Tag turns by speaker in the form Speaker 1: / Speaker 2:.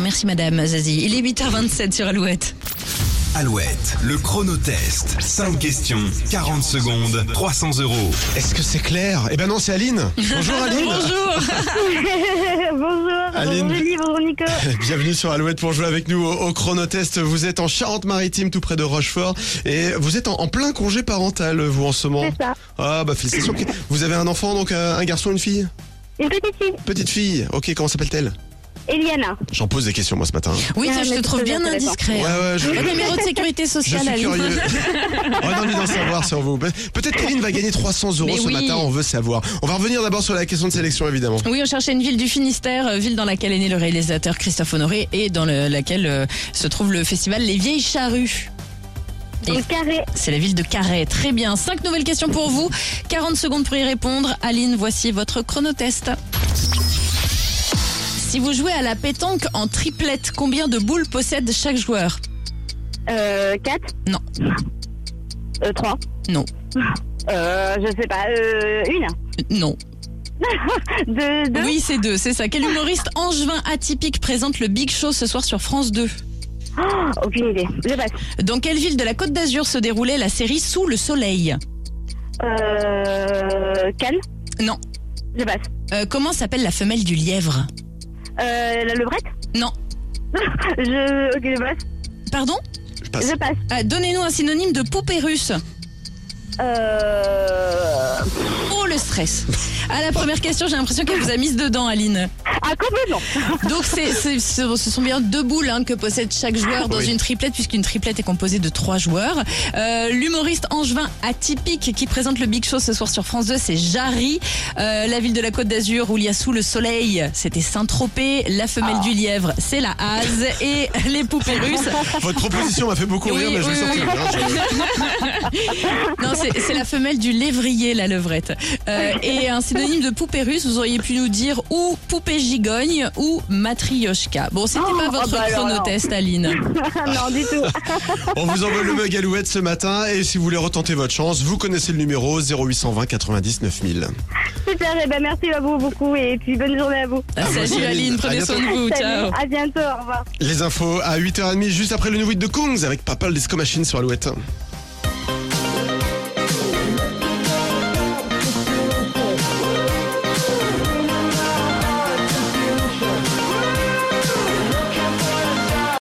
Speaker 1: Merci Madame Zazie. Il est 8h27 sur Alouette.
Speaker 2: Alouette, le chronotest. 5 questions, 40 secondes, 300 euros.
Speaker 3: Est-ce que c'est clair Eh ben non, c'est Aline. Bonjour Aline.
Speaker 1: Bonjour
Speaker 4: bonjour,
Speaker 3: Aline.
Speaker 4: bonjour Julie, bonjour Nico.
Speaker 3: Bienvenue sur Alouette pour jouer avec nous au, au chronotest. Vous êtes en Charente-Maritime, tout près de Rochefort, et vous êtes en, en plein congé parental, vous en ce moment.
Speaker 4: C'est ça.
Speaker 3: Ah bah félicitations. Ok. Vous avez un enfant, donc euh, un garçon, une fille,
Speaker 4: Une petite fille,
Speaker 3: petite fille. Ok, comment s'appelle-t-elle
Speaker 4: Eliana.
Speaker 3: J'en pose des questions moi ce matin.
Speaker 1: Oui,
Speaker 4: Ah,
Speaker 1: toi, je
Speaker 4: mais
Speaker 1: te
Speaker 4: c'est
Speaker 1: trouve bien
Speaker 4: très intéressant.
Speaker 1: indiscret.
Speaker 3: Ouais
Speaker 1: hein.
Speaker 3: ouais, je,
Speaker 1: Votre numéro de sécurité
Speaker 3: je
Speaker 1: sociale,
Speaker 3: suis
Speaker 1: Aline.
Speaker 3: curieux. Oh, On a envie d'en savoir sur vous. Peut-être qu'Aline va gagner 300 euros
Speaker 1: Mais
Speaker 3: ce
Speaker 1: oui.
Speaker 3: matin. On veut savoir. On va revenir d'abord sur la question de sélection évidemment.
Speaker 1: Oui, on cherchait une ville du Finistère, euh, ville dans laquelle est né le réalisateur Christophe Honoré et dans le- laquelle euh, se trouve le festival Les Vieilles Charrues. Et-
Speaker 4: Une carré.
Speaker 1: C'est la ville de Carhaix. Très bien. Cinq nouvelles questions pour vous. 40 secondes pour y répondre. Aline, voici votre chronotest. Si vous jouez à la pétanque en triplette, combien de boules possède chaque joueur
Speaker 4: Euh, 4.
Speaker 1: Non.
Speaker 4: Euh, 3.
Speaker 1: Non.
Speaker 4: Euh, je sais pas. Euh, une.
Speaker 1: Euh, Non.
Speaker 4: Deux. deux.
Speaker 1: Oui, c'est deux, c'est ça. Quel humoriste angevin atypique présente le Big Show ce soir sur France 2
Speaker 4: Oh, aucune idée. Je passe.
Speaker 1: Dans quelle ville de la Côte d'Azur se déroulait la série Sous le soleil
Speaker 4: Euh, Cannes.
Speaker 1: Non.
Speaker 4: Je passe.
Speaker 1: Euh, Comment s'appelle la femelle du lièvre
Speaker 4: Euh, la levrette.
Speaker 1: Non.
Speaker 4: je. Ok, je passe.
Speaker 1: Pardon
Speaker 3: Je passe.
Speaker 4: Je passe.
Speaker 1: Ah, Donnez-nous un synonyme de poupée russe.
Speaker 4: Euh.
Speaker 1: Oh le stress À la première question, j'ai l'impression qu'elle vous a mise dedans, Aline.
Speaker 4: Ah, complètement.
Speaker 1: Donc c'est, c'est- ce ce sont bien deux boules hein, que possède chaque joueur dans
Speaker 3: Oui.
Speaker 1: une triplette, puisqu'une triplette est composée de trois joueurs. Euh, l'humoriste angevin atypique qui présente le Big Show ce soir sur France 2, c'est Jarry. Euh, la ville de la Côte d'Azur où il y a sous le soleil, c'était Saint-Tropez. La femelle du lièvre, c'est la Haze. Et les poupées russes,
Speaker 3: Votre proposition m'a fait beaucoup
Speaker 1: Oui,
Speaker 3: rire, mais je vais
Speaker 1: oui,
Speaker 3: sortir. hein, je-
Speaker 1: non, c'est c'est la femelle du lévrier, la levrette. Euh, et un synonyme de poupée russe, vous auriez pu nous dire ou poupée gigogne ou matrioshka. Bon, c'était
Speaker 4: Oh,
Speaker 1: pas votre
Speaker 4: ah bah alors,
Speaker 1: chronotest, Aline.
Speaker 3: Ah,
Speaker 4: non, du tout.
Speaker 3: On vous envoie le mug Alouette ce matin et si vous voulez retenter votre chance, vous connaissez le numéro 0820 90 9000.
Speaker 4: Super. Eh ben, merci à vous beaucoup. Et puis, bonne journée à vous.
Speaker 1: Salut Aline, prenez
Speaker 3: bah, À
Speaker 1: soin de vous, ciao.
Speaker 4: Salut. À bientôt. Au revoir.
Speaker 3: Les infos à 8h30 juste après le New Week de Kongs avec Papal Disco Machine sur Alouette.